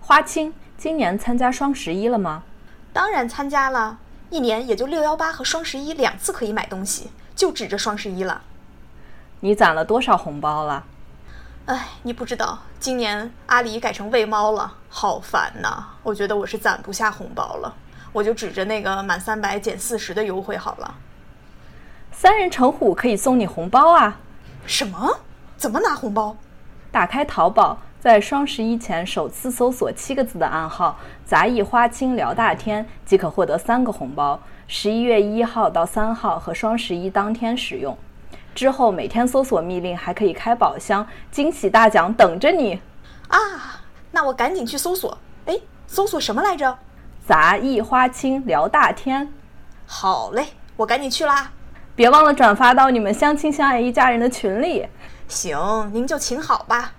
花青，今年参加双十一了吗？当然参加了，一年也就六幺八和双十一两次可以买东西，就指着双十一了。你攒了多少红包了？哎，你不知道，今年阿里改成喂猫了，好烦呐！我觉得我是攒不下红包了，我就指着那个满三百减四十的优惠好了。三人成虎可以送你红包啊！什么？怎么拿红包？打开淘宝，在双十一前首次搜索七个字的暗号“杂艺花青聊大天”，即可获得三个红包。十一月一号到三号和双十一当天使用，之后每天搜索密令还可以开宝箱，惊喜大奖等着你！啊，那我赶紧去搜索。哎，搜索什么来着？杂艺花青聊大天，好嘞，我赶紧去啦。别忘了转发到你们相亲相爱一家人的群里。行，您就请好吧。